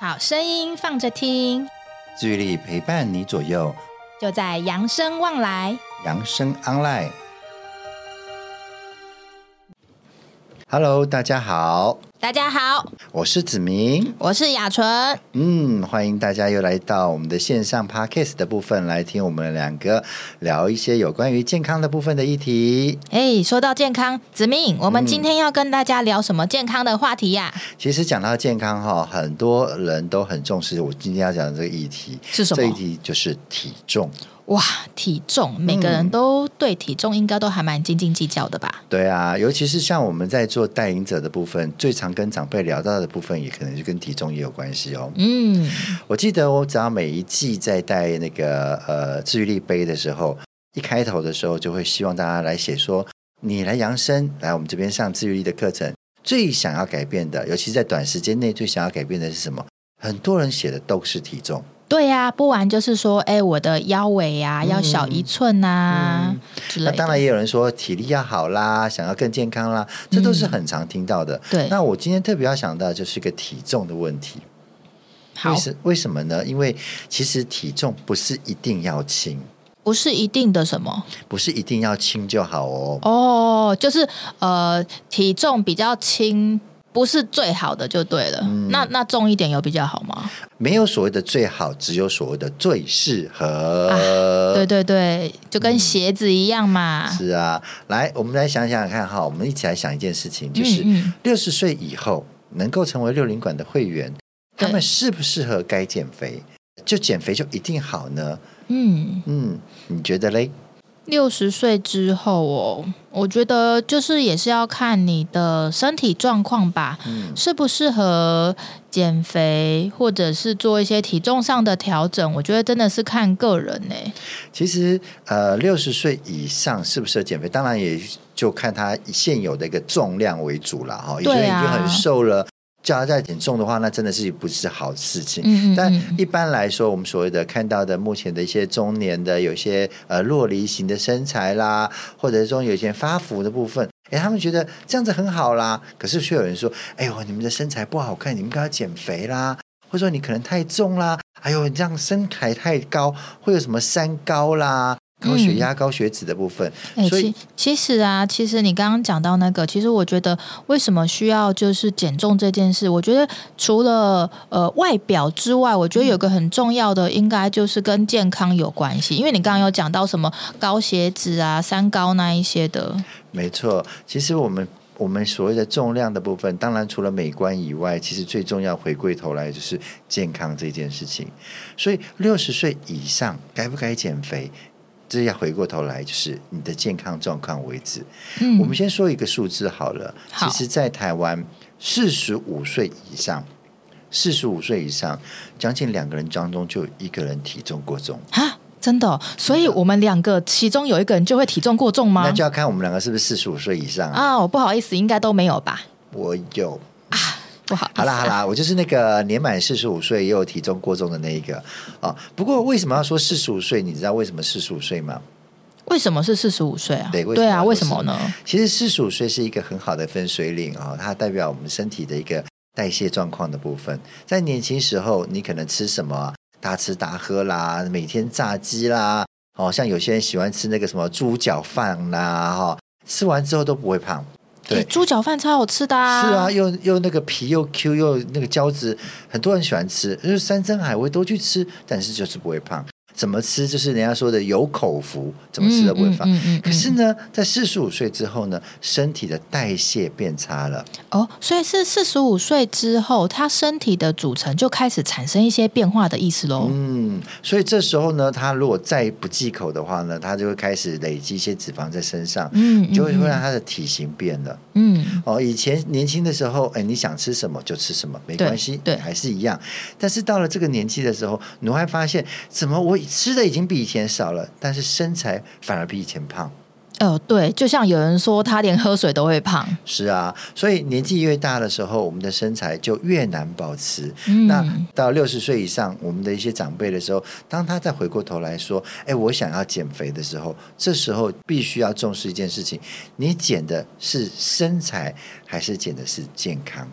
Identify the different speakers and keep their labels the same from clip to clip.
Speaker 1: 好声音放着听，
Speaker 2: 治愈力陪伴你左右，
Speaker 1: 就在扬声望来。
Speaker 2: 扬声 online。Hello，大家好，
Speaker 1: 大家好，
Speaker 2: 我是子明。
Speaker 1: 我是雅纯。
Speaker 2: 嗯，欢迎大家又来到我们的线上 podcast 的部分，来听我们两个聊一些有关于健康的部分的议题。
Speaker 1: 哎，说到健康，子明，我们今天要跟大家聊什么健康的话题呀、
Speaker 2: 其实讲到健康哈，很多人都很重视。我今天要讲的这个议题
Speaker 1: 是什么
Speaker 2: 这议题就是体重。
Speaker 1: 哇，体重，每个人都对体重应该都还蛮斤斤计较的吧？
Speaker 2: 对啊，尤其是像我们在做带领者的部分，最常跟长辈聊到的部分，也可能就跟体重也有关系哦。
Speaker 1: 嗯，
Speaker 2: 我记得我只要每一季在带那个呃治愈力杯的时候，一开头的时候就会希望大家来写说，你来扬声，来我们这边上治愈力的课程，最想要改变的，尤其在短时间内最想要改变的是什么？很多人写的都是体重，
Speaker 1: 对呀、不然就是说，哎，我的腰围呀、要小一寸啊、
Speaker 2: 嗯
Speaker 1: 之类
Speaker 2: 那
Speaker 1: 的。
Speaker 2: 当然也有人说体力要好啦，想要更健康啦，这都是很常听到的。
Speaker 1: 对，
Speaker 2: 那我今天特别要想到的就是一个体重的问题，
Speaker 1: 好
Speaker 2: 为，什为什么呢？因为其实体重不是一定要轻，
Speaker 1: 不是一定的什么。
Speaker 2: 不是一定要轻就好哦。
Speaker 1: 哦，就是呃，体重比较轻，不是最好的就对了。
Speaker 2: 嗯
Speaker 1: 那那重一点有比较好吗？
Speaker 2: 没有所谓的最好，只有所谓的最适合。
Speaker 1: 对对对，就跟鞋子一样嘛。
Speaker 2: 呃
Speaker 1: 嗯
Speaker 2: 是啊，来，我们来想想看哈，我们一起来想一件事情，就是
Speaker 1: 嗯嗯
Speaker 2: 六十岁以后能够成为六零馆的会员，
Speaker 1: 对
Speaker 2: 他们适不适合该减肥？就减肥就一定好呢？
Speaker 1: 嗯，
Speaker 2: 嗯，你觉得嘞？
Speaker 1: 六十岁之后哦，我觉得就是也是要看你的身体状况吧，
Speaker 2: 嗯
Speaker 1: 适不适合减肥，或者是做一些体重上的调整。我觉得真的是看个人欸呢、
Speaker 2: 其实呃，六十岁以上适不适合减肥，当然也就看他现有的一个重量为主了哈。有些
Speaker 1: 对
Speaker 2: 人已
Speaker 1: 啊
Speaker 2: 经很瘦了，叫他再减重的话，那真的是不是好事情。
Speaker 1: 嗯嗯
Speaker 2: 但
Speaker 1: 嗯，
Speaker 2: 一般来说，我们所谓的看到的目前的一些中年的有一些呃落梨型的身材啦，或者是说有一些发福的部分，诶，他们觉得这样子很好啦，可是却有人说，哎呦，你们的身材不好看，你们该要减肥啦，或者说你可能太重啦，哎呦，你这样身材太高，会有什么三高啦、高血
Speaker 1: 嗯
Speaker 2: 压、高血脂的部分，
Speaker 1: 哎、
Speaker 2: 所以
Speaker 1: 其其实啊，其实你刚刚讲到那个，其实我觉得为什么需要就是减重这件事，我觉得除了呃外表之外，我觉
Speaker 2: 嗯
Speaker 1: 得有个很重要的，应该就是跟健康有关系，因为你刚刚有讲到什么高血脂啊、三高那一些的，
Speaker 2: 没错，其实我们我们所谓的重量的部分，当然除了美观以外，其实最重要回归头来就是健康这件事情。所以六十岁以上该不该减肥，这要回过头来就是你的健康状况为止。
Speaker 1: 嗯，
Speaker 2: 我们先说一个数字好了，
Speaker 1: 好
Speaker 2: 其实在台湾四十五岁以上。四十五岁以上，将近两个人当中就有一个人体重过重，
Speaker 1: 啊，真的哦、所
Speaker 2: 嗯
Speaker 1: 以我们两个其中有一个人就会体重过重吗
Speaker 2: 那？就要看我们两个是不是四十五岁以上啊。
Speaker 1: 啊，我不好意思，应该都没有吧？
Speaker 2: 我有
Speaker 1: 不好意思，
Speaker 2: 好啦好，啦，我就是那个年满四十五岁也有体重过重的那一个啊。不过为什么要说四十五岁？你知道为什么四十五岁吗？
Speaker 1: 为什么是四十五岁啊？
Speaker 2: 对为什么
Speaker 1: 对啊，
Speaker 2: 要
Speaker 1: 为
Speaker 2: 说
Speaker 1: 什么呢？
Speaker 2: 其实四十五岁是一个很好的分水岭啊、它代表我们身体的一个代谢状况的部分。在年轻时候，你可能吃什么啊大吃大喝啦，每天炸鸡啦，哦，像有些人喜欢吃那个什么猪脚饭啦，哈、吃完之后都不会胖。对
Speaker 1: 诶，猪脚饭超好吃的啊！
Speaker 2: 是啊，又又那个皮又 Q 又那个胶质，很多人喜欢吃，就是山珍海味都去吃，但是就是不会胖。怎么吃就是人家说的有口福，怎么吃都不会胖。
Speaker 1: 嗯嗯嗯嗯嗯
Speaker 2: 可是呢，在四十五岁之后呢，身体的代谢变差了。
Speaker 1: 哦，所以是四十五岁之后，他身体的组成就开始产生一些变化的意思喽。
Speaker 2: 嗯，所以这时候呢，他如果再不忌口的话呢，他就会开始累积一些脂肪在身上，
Speaker 1: 嗯
Speaker 2: 你就会会让他的体型变了。
Speaker 1: 嗯，
Speaker 2: 哦，以前年轻的时候，哎，你想吃什么就吃什么，没
Speaker 1: 对
Speaker 2: 关系，
Speaker 1: 对
Speaker 2: 还是一样。但是到了这个年纪的时候，你会发现，怎么我吃的已经比以前少了，但是身材反而比以前胖。
Speaker 1: 哦，对，就像有人说他连喝水都会胖，
Speaker 2: 是啊，所以年纪越大的时候，我们的身材就越难保持。
Speaker 1: 嗯
Speaker 2: 那到六十岁以上，我们的一些长辈的时候，当他再回过头来说：“哎，我想要减肥的时候”，这时候必须要重视一件事情：你减的是身材，还是减的是健康？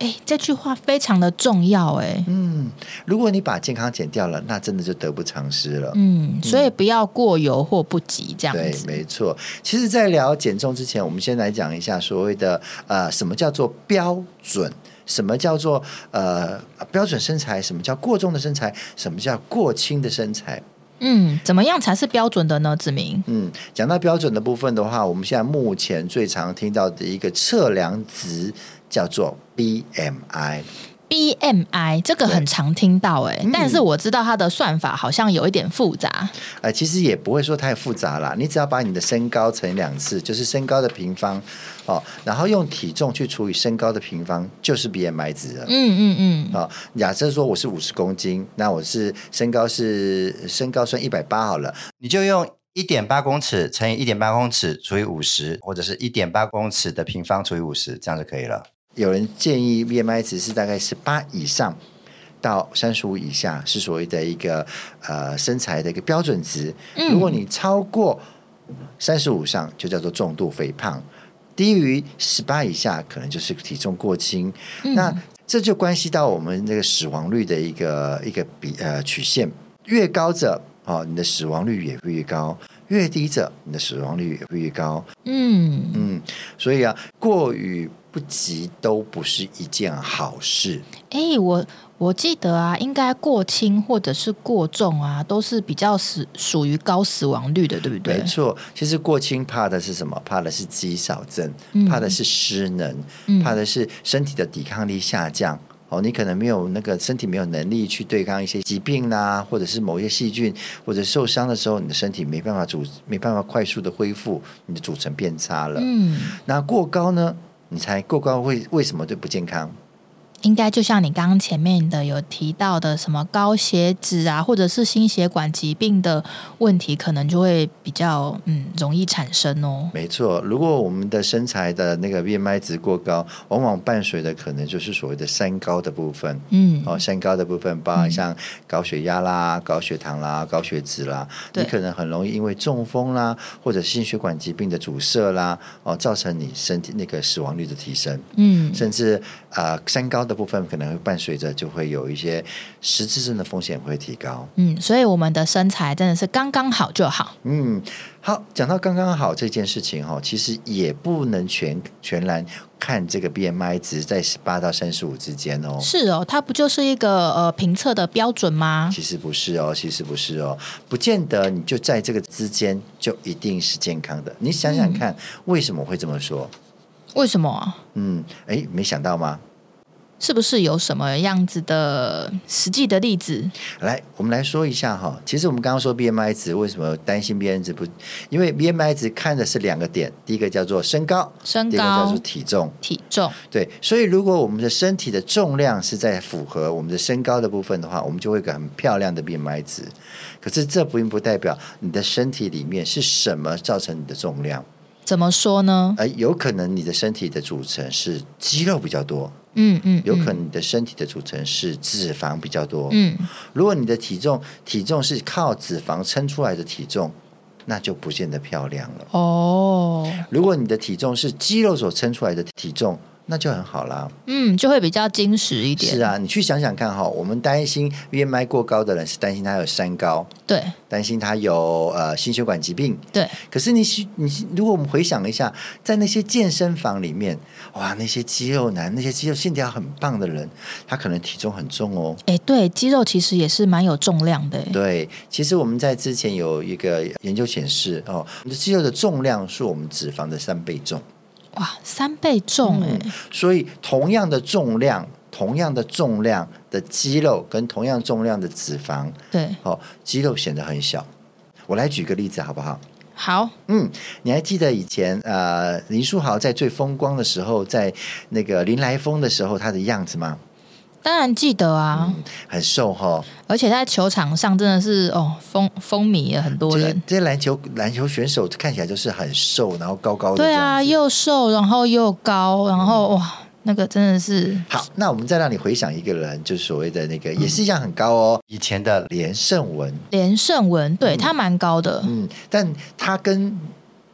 Speaker 1: 哎，这句话非常的重要哎、
Speaker 2: 嗯，如果你把健康减掉了，那真的就得不偿失了。
Speaker 1: 嗯，所以不要过犹或不及这样
Speaker 2: 对，
Speaker 1: 子。
Speaker 2: 没错。其实，在聊减重之前，我们先来讲一下所谓的呃，什么叫做标准，什么叫做呃标准身材，什么叫过重的身材，什么叫过轻的身材。
Speaker 1: 嗯，怎么样才是标准的呢？子明，
Speaker 2: 嗯，讲到标准的部分的话，我们现在目前最常听到的一个测量值叫做 BMI。
Speaker 1: BMI 这个很常听到哎、
Speaker 2: 嗯
Speaker 1: 但是我知道它的算法好像有一点复杂。
Speaker 2: 呃，其实也不会说太复杂啦，你只要把你的身高乘以两次，就是身高的平方哦，然后用体重去除以身高的平方，就是 BMI 值了。
Speaker 1: 嗯嗯嗯，
Speaker 2: 啊、假设说我是五十公斤，那我是身高是身高算一百八好了，你就用一点八公尺乘以一点八公尺除以五十，或者是一点八公尺的平方除以五十，这样就可以了。有人建议 BMI 值是大概十八以上到三十五以下，是所谓的一个呃身材的一个标准值。
Speaker 1: 嗯
Speaker 2: 如果你超过三十五上，就叫做重度肥胖；低于十八以下，可能就是体重过轻。那这就关系到我们那个死亡率的一个一个比呃曲线，越高者哦，你的死亡率也会越高；越低者，你的死亡率也会越高。
Speaker 1: 嗯，
Speaker 2: 嗯，所以啊，过与不及都不是一件好事。
Speaker 1: 哎、我我记得啊，应该过轻或者是过重啊，都是比较死属于高死亡率的，对不
Speaker 2: 没
Speaker 1: 对？
Speaker 2: 错，其实过轻怕的是什么？怕的是肌少症，
Speaker 1: 嗯
Speaker 2: 怕的是失能，
Speaker 1: 嗯
Speaker 2: 怕的是身体的抵抗力下降。哦，你可能没有那个身体没有能力去对抗一些疾病啦、或者是某一些细菌，或者受伤的时候，你的身体没办法组，没办法快速的恢复，你的组成变差了。
Speaker 1: 嗯，
Speaker 2: 那过高呢？你才过高会为什么对不健康？
Speaker 1: 应该就像你刚刚前面的有提到的，什么高血脂啊，或者是心血管疾病的问题，可能就会比较嗯容易产生哦。
Speaker 2: 没错，如果我们的身材的那个 BMI 值过高，往往伴随的可能就是所谓的三高的部分。
Speaker 1: 嗯，
Speaker 2: 哦，三高的部分包含像高血压啦、高血糖啦、高血脂啦，你
Speaker 1: 对
Speaker 2: 可能很容易因为中风啦，或者心血管疾病的阻塞啦，哦，造成你身体那个死亡率的提升，
Speaker 1: 嗯，
Speaker 2: 甚至啊，呃三高的部分可能会伴随着就会有一些实质性的风险会提高。
Speaker 1: 嗯，所以我们的身材真的是刚刚好就好。
Speaker 2: 嗯，好，讲到刚刚好这件事情哈、哦，其实也不能全全然看这个 BMI 值在十八到三十五之间哦。
Speaker 1: 是哦，它不就是一个呃评测的标准吗？
Speaker 2: 其实不是哦，其实不是哦，不见得你就在这个之间就一定是健康的。你想想看，为什么会这么说？
Speaker 1: 为什么啊？
Speaker 2: 嗯，诶，没想到吗？
Speaker 1: 是不是有什么样子的实际的例子？
Speaker 2: 来，我们来说一下哈。其实我们刚刚说 BMI 值，为什么担心 BMI 值不？因为 BMI 值看的是两个点，第一个叫做身高，
Speaker 1: 身
Speaker 2: 第二个叫
Speaker 1: 高
Speaker 2: 做、体重。
Speaker 1: 体重，
Speaker 2: 对，所以如果我们的身体的重量是在符合我们的身高的部分的话，我们就会有一个很漂亮的 BMI 值。可是这并不代表你的身体里面是什么造成你的重量。
Speaker 1: 怎么说呢？
Speaker 2: 而有可能你的身体的组成是肌肉比较多，
Speaker 1: 嗯嗯，
Speaker 2: 有可能你的身体的组成是脂肪比较多。
Speaker 1: 嗯，
Speaker 2: 如果你的体重体重是靠脂肪撑出来的体重，那就不见得漂亮了。
Speaker 1: 哦，
Speaker 2: 如果你的体重是肌肉所撑出来的体重，那就很好啦。
Speaker 1: 嗯，就会比较精实一点。
Speaker 2: 是，啊，你去想想看哈，我们担心 BMI 过高的人是担心他有三高，
Speaker 1: 对
Speaker 2: 担心他有呃心血管疾病，
Speaker 1: 对，
Speaker 2: 可是你去你去如果我们回想一下，在那些健身房里面，哇，那些肌肉男、那些肌肉线条很棒的人，他可能体重很重哦。
Speaker 1: 哎，对，肌肉其实也是蛮有重量的。诶
Speaker 2: 对，其实我们在之前有一个研究显示，哦，我们的肌肉的重量是我们脂肪的三倍重，
Speaker 1: 哇，三倍重
Speaker 2: 嗯
Speaker 1: 哎、
Speaker 2: 所以同样的重量、同样的重量的肌肉跟同样重量的脂肪，
Speaker 1: 对，
Speaker 2: 哦，肌肉显得很小。我来举个例子好不好？
Speaker 1: 好，
Speaker 2: 嗯，你还记得以前呃林书豪在最风光的时候，在那个林来疯的时候他的样子吗？
Speaker 1: 当然记得啊，
Speaker 2: 很瘦哈、
Speaker 1: 而且在球场上真的是哦，风风靡了很多
Speaker 2: 这些
Speaker 1: 人。
Speaker 2: 这些篮球篮球选手看起来就是很瘦，然后高高的这
Speaker 1: 对
Speaker 2: 样
Speaker 1: 啊，
Speaker 2: 子。嗯
Speaker 1: 又瘦，然后又高，然后、哇，那个真的是
Speaker 2: 好，那我们再让你回想一个人，就是所谓的那个，也是一样很高哦，以前的连胜文，
Speaker 1: 连胜文，
Speaker 2: 嗯
Speaker 1: 对、他蛮高的，
Speaker 2: 嗯，但他跟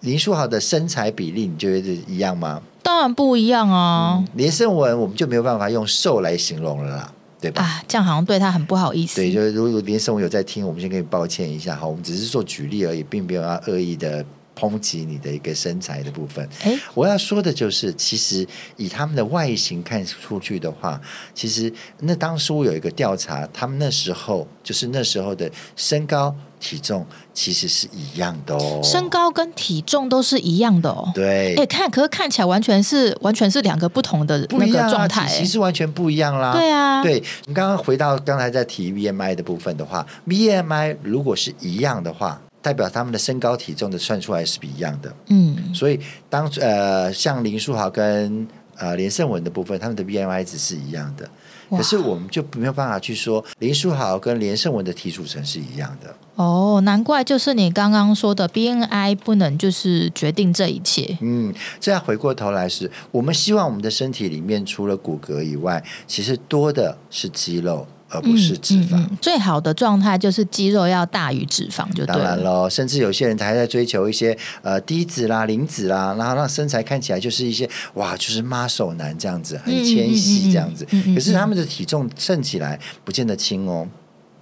Speaker 2: 林书豪的身材比例，你觉得一样吗？
Speaker 1: 当然不一样啊！
Speaker 2: 连胜文我们就没有办法用瘦来形容了啦，对吧？
Speaker 1: 啊，这样好像对他很不好意思
Speaker 2: 嗯对，。就是如果连胜文有在听，我们先跟你抱歉一下哈，我们只是做举例而已，并没有要恶意的抨击你的一个身材的部分。
Speaker 1: 哎，
Speaker 2: 我要说的就是，其实以他们的外形看出去的话，其实那当初有一个调查，他们那时候就是那时候的身高体重其实是一样的哦，
Speaker 1: 身高跟体重都是一样的哦。
Speaker 2: 对。
Speaker 1: 哎，看，可是看起来完全是完全是两个不同的
Speaker 2: 不
Speaker 1: 那
Speaker 2: 一样
Speaker 1: 个
Speaker 2: 啊
Speaker 1: 状态。
Speaker 2: 体
Speaker 1: 哎
Speaker 2: 型是完全不一样啦。
Speaker 1: 对啊
Speaker 2: 对你刚刚回到刚才在提 BMI 的部分的话，BMI 如果是一样的话，代表他们的身高体重的算出来是不一样的。
Speaker 1: 嗯，
Speaker 2: 所以当呃像林书豪跟呃连胜文的部分，他们的 BMI 值是一样的，
Speaker 1: 哇
Speaker 2: 可是我们就没有办法去说林书豪跟连胜文的体组成是一样的。
Speaker 1: 哦，难怪就是你刚刚说的 BNI 不能就是决定这一切。
Speaker 2: 嗯，这样回过头来是，我们希望我们的身体里面除了骨骼以外，其实多的是肌肉，而不是脂肪。
Speaker 1: 嗯嗯嗯最好的状态就是肌肉要大于脂肪，就对
Speaker 2: 当
Speaker 1: 了。
Speaker 2: 然喽，甚至有些人还在追求一些呃低脂啦、零脂啦，然后让身材看起来就是一些哇，就是 muscle 男这样子，很纤细这样子。
Speaker 1: 嗯嗯嗯嗯嗯嗯嗯
Speaker 2: 可是他们的体重称起来不见得轻哦。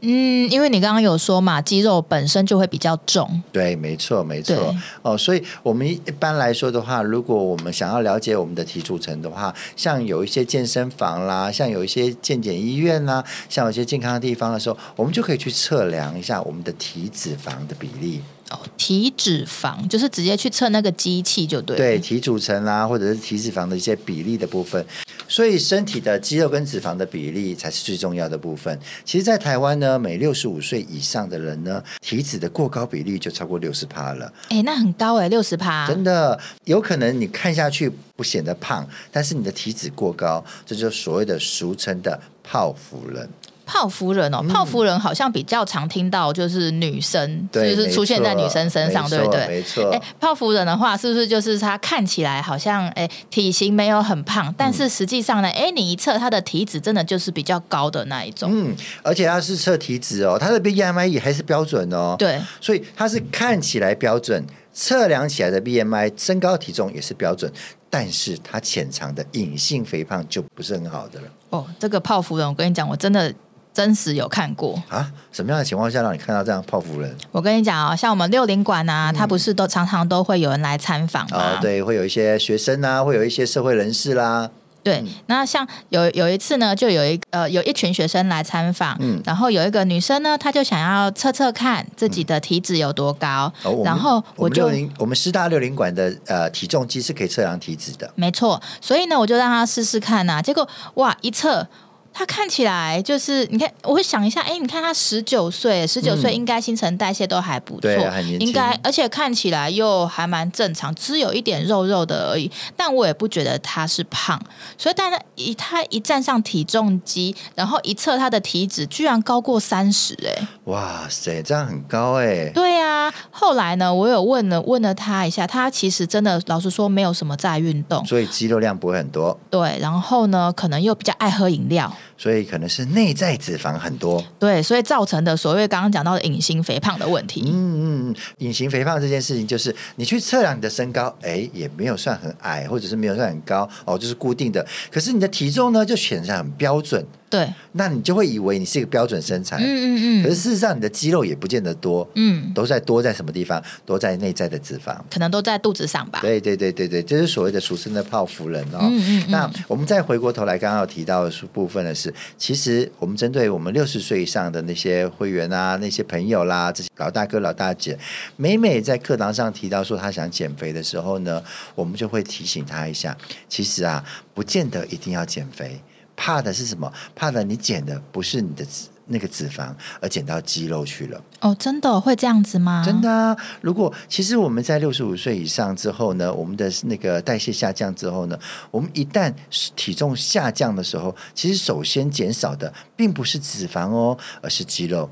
Speaker 1: 嗯，因为你刚刚有说嘛，肌肉本身就会比较重。
Speaker 2: 对，没错，没错
Speaker 1: 对。
Speaker 2: 哦，所以我们一般来说的话，如果我们想要了解我们的体组成的话，像有一些健身房啦，像有一些健检医院啦，像有一些健康的地方的时候，我们就可以去测量一下我们的体脂肪的比例。
Speaker 1: 哦，体脂肪就是直接去测那个机器就对了。
Speaker 2: 对体组成啦、或者是体脂肪的一些比例的部分。所以身体的肌肉跟脂肪的比例才是最重要的部分。其实，在台湾呢，每六十五岁以上的人呢，体脂的过高比例就超过六十趴了。
Speaker 1: 哎，那很高哎，六十趴。
Speaker 2: 真的，有可能你看下去不显得胖，但是你的体脂过高，这就是所谓的俗称的泡芙人。
Speaker 1: 泡芙人
Speaker 2: 嗯
Speaker 1: 哦，泡芙人好像比较常听到，就是女生，
Speaker 2: 对，
Speaker 1: 就是出现在女生身上，
Speaker 2: 没
Speaker 1: 对不
Speaker 2: 错
Speaker 1: 对？
Speaker 2: 没错。
Speaker 1: 哎，泡芙人的话，是不是就是他看起来好像哎体型没有很
Speaker 2: 嗯
Speaker 1: 胖，但是实际上呢，哎你一测他的体脂真的就是比较高的那一种，
Speaker 2: 嗯，而且它是测体脂哦，它的 BMI 也还是标准哦。
Speaker 1: 对，
Speaker 2: 所以它是看起来标准，测量起来的 BMI 身高体重也是标准，但是它潜藏的隐性肥胖就不是很好的了
Speaker 1: 哦，这个泡芙人，我跟你讲，我真的真实有看过。
Speaker 2: 啊！什么样的情况下让你看到这样泡芙人
Speaker 1: 我跟你讲哦，像我们六零馆啊，它不是都常常都会有人来参访吗？
Speaker 2: 啊、嗯对，会有一些学生啊，会有一些社会人士啦，
Speaker 1: 对，
Speaker 2: 嗯
Speaker 1: 那像有有一次呢，就有一呃有一群学生来参访，
Speaker 2: 嗯
Speaker 1: 然后有一个女生呢，她就想要测测看自己的体脂有多高，
Speaker 2: 哦我们
Speaker 1: 然后
Speaker 2: 我们
Speaker 1: 就
Speaker 2: 六零我们师大六零馆的呃体重机是可以测量体脂的。
Speaker 1: 没错，所以呢，我就让她试试看呐、啊结果哇一测。她看起来就是，你看，我会想一下，哎，你看她十九岁，十九岁应该新陈代谢都还不错，
Speaker 2: 嗯对啊很年轻
Speaker 1: 应该，而且看起来又还蛮正常，只有一点肉肉的而已。但我也不觉得她是胖，所以但是一她一站上体重机，然后一测她的体脂，居然高过三十、哎，
Speaker 2: 哇塞，这样很高哎、
Speaker 1: 对呀、后来呢，我有问了问了她一下，她其实真的老实说没有什么在运动，
Speaker 2: 所以肌肉量不会很多，
Speaker 1: 对，然后呢，可能又比较爱喝饮料，
Speaker 2: 所以可能是内在脂肪很多。
Speaker 1: 对，所以造成的所谓刚刚讲到的隐形肥胖的问题。
Speaker 2: 嗯嗯，嗯，隐形肥胖这件事情，就是你去测量你的身高，哎，也没有算很矮，或者是没有算很高，哦，就是固定的。可是你的体重呢，就显得很标准，
Speaker 1: 对，
Speaker 2: 那你就会以为你是一个标准身材。
Speaker 1: 嗯嗯
Speaker 2: 哎可是
Speaker 1: 嗯，
Speaker 2: 事实上，你的肌肉也不见得多，
Speaker 1: 嗯，
Speaker 2: 都在多在什么地方？多在内在的脂肪。
Speaker 1: 可能都在肚子上吧。
Speaker 2: 对对对对对，这是所谓的俗称的泡芙人哦。
Speaker 1: 嗯嗯嗯
Speaker 2: 那我们再回过头来，刚刚有提到的是部分的是，其实我们针对我们六十岁以上的那些会员啊、那些朋友啦、这些老大哥、老大姐，每每在课堂上提到说他想减肥的时候呢，我们就会提醒他一下，其实啊，不见得一定要减肥，怕的是什么？怕的你减的不是你的脂那个脂肪，而减到肌肉去了。
Speaker 1: 哦，真的哦会这样子吗？
Speaker 2: 真的啊！如果其实我们在六十五岁以上之后呢，我们的那个代谢下降之后呢，我们一旦体重下降的时候，其实首先减少的并不是脂肪哦，而是肌肉。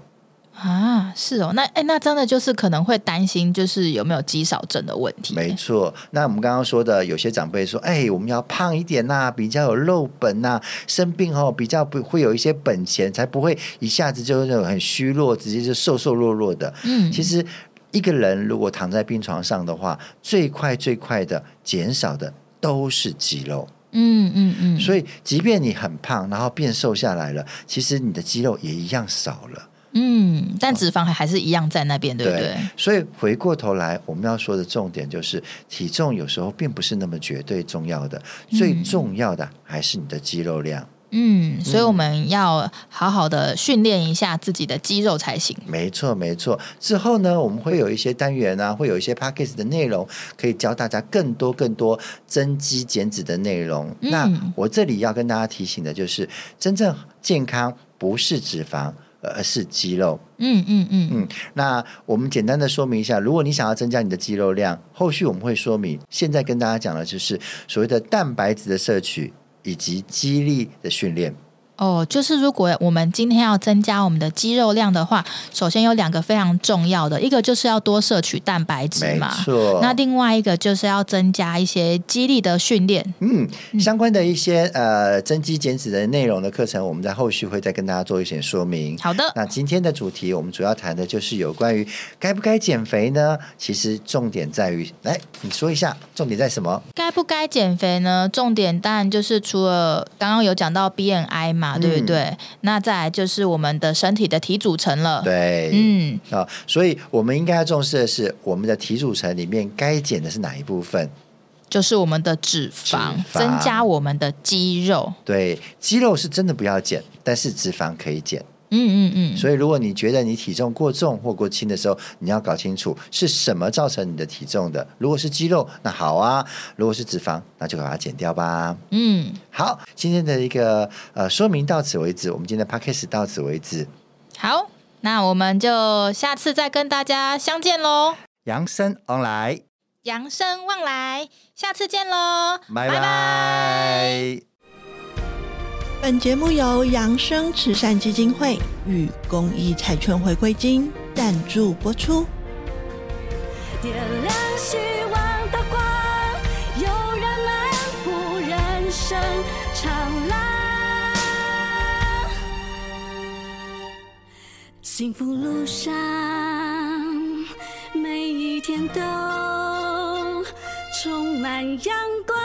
Speaker 1: 啊，是哦。那哎，那真的就是可能会担心，就是有没有肌少症的问题。
Speaker 2: 没错。那我们刚刚说的，有些长辈说：“哎，我们要胖一点呐、比较有肉本呐、生病哦，比较不会有一些本钱，才不会一下子就那种很虚弱，直接就瘦瘦弱弱的。”
Speaker 1: 嗯，
Speaker 2: 其实一个人如果躺在病床上的话，最快最快的减少的。都是肌肉。
Speaker 1: 嗯嗯嗯，
Speaker 2: 所以，即便你很胖，然后变瘦下来了，其实你的肌肉也一样少了。
Speaker 1: 嗯，但脂肪还还是一样在那边，对不对？嗯
Speaker 2: 所以回过头来，我们要说的重点就是，体重有时候并不是那么绝对重要的，最重要的还是你的肌肉量。
Speaker 1: 嗯，所以我们要好好的训练一下自己的肌肉才行。
Speaker 2: 没错，没错。之后呢，我们会有一些单元啊，会有一些 p a c k a g e 的内容，可以教大家更多更多增肌减脂的内容。
Speaker 1: 嗯
Speaker 2: 那我这里要跟大家提醒的就是，真正健康不是脂肪，而是肌肉。
Speaker 1: 嗯嗯嗯，
Speaker 2: 嗯，那我们简单的说明一下，如果你想要增加你的肌肉量，后续我们会说明。现在跟大家讲的就是所谓的蛋白质的摄取以及肌力的训练。
Speaker 1: 哦，就是如果我们今天要增加我们的肌肉量的话，首先有两个非常重要的，一个就是要多摄取蛋白质
Speaker 2: 没
Speaker 1: 嘛，
Speaker 2: 错，
Speaker 1: 那另外一个就是要增加一些肌力的训练。
Speaker 2: 嗯，相关的一些呃增肌减脂的内容的课程，我们在后续会再跟大家做一些说明。
Speaker 1: 好的，
Speaker 2: 那今天的主题，我们主要谈的就是有关于该不该减肥呢？其实重点在于，来你说一下，重点在什么？
Speaker 1: 该不该减肥呢？重点当然就是除了刚刚有讲到 BMI
Speaker 2: 嗯
Speaker 1: 嘛，对不对？那再来就是我们的身体的体组成了。，
Speaker 2: 对，
Speaker 1: 嗯，
Speaker 2: 啊、所以我们应该要重视的是我们的体组成里面该减的是哪一部分？
Speaker 1: 就是我们的脂肪，
Speaker 2: 脂肪
Speaker 1: 增加我们的肌肉。
Speaker 2: 对，肌肉是真的不要减，但是脂肪可以减。
Speaker 1: 嗯嗯嗯，
Speaker 2: 所以如果你觉得你体重过重或过轻的时候，你要搞清楚是什么造成你的体重的。如果是肌肉，那好啊；如果是脂肪，那就把它减掉吧。
Speaker 1: 嗯，
Speaker 2: 好，今天的一个呃说明到此为止，我们今天的 podcast 到此为止。
Speaker 1: 好，那我们就下次再跟大家相见喽，
Speaker 2: 养生 online，
Speaker 1: 扬生望来，下次见喽，
Speaker 2: 拜拜
Speaker 3: 本节目由扬生慈善基金会与公益彩券回归金赞助播出。
Speaker 4: 点亮希望的光，有人漫步人生长廊，幸福路上每一天都充满阳光。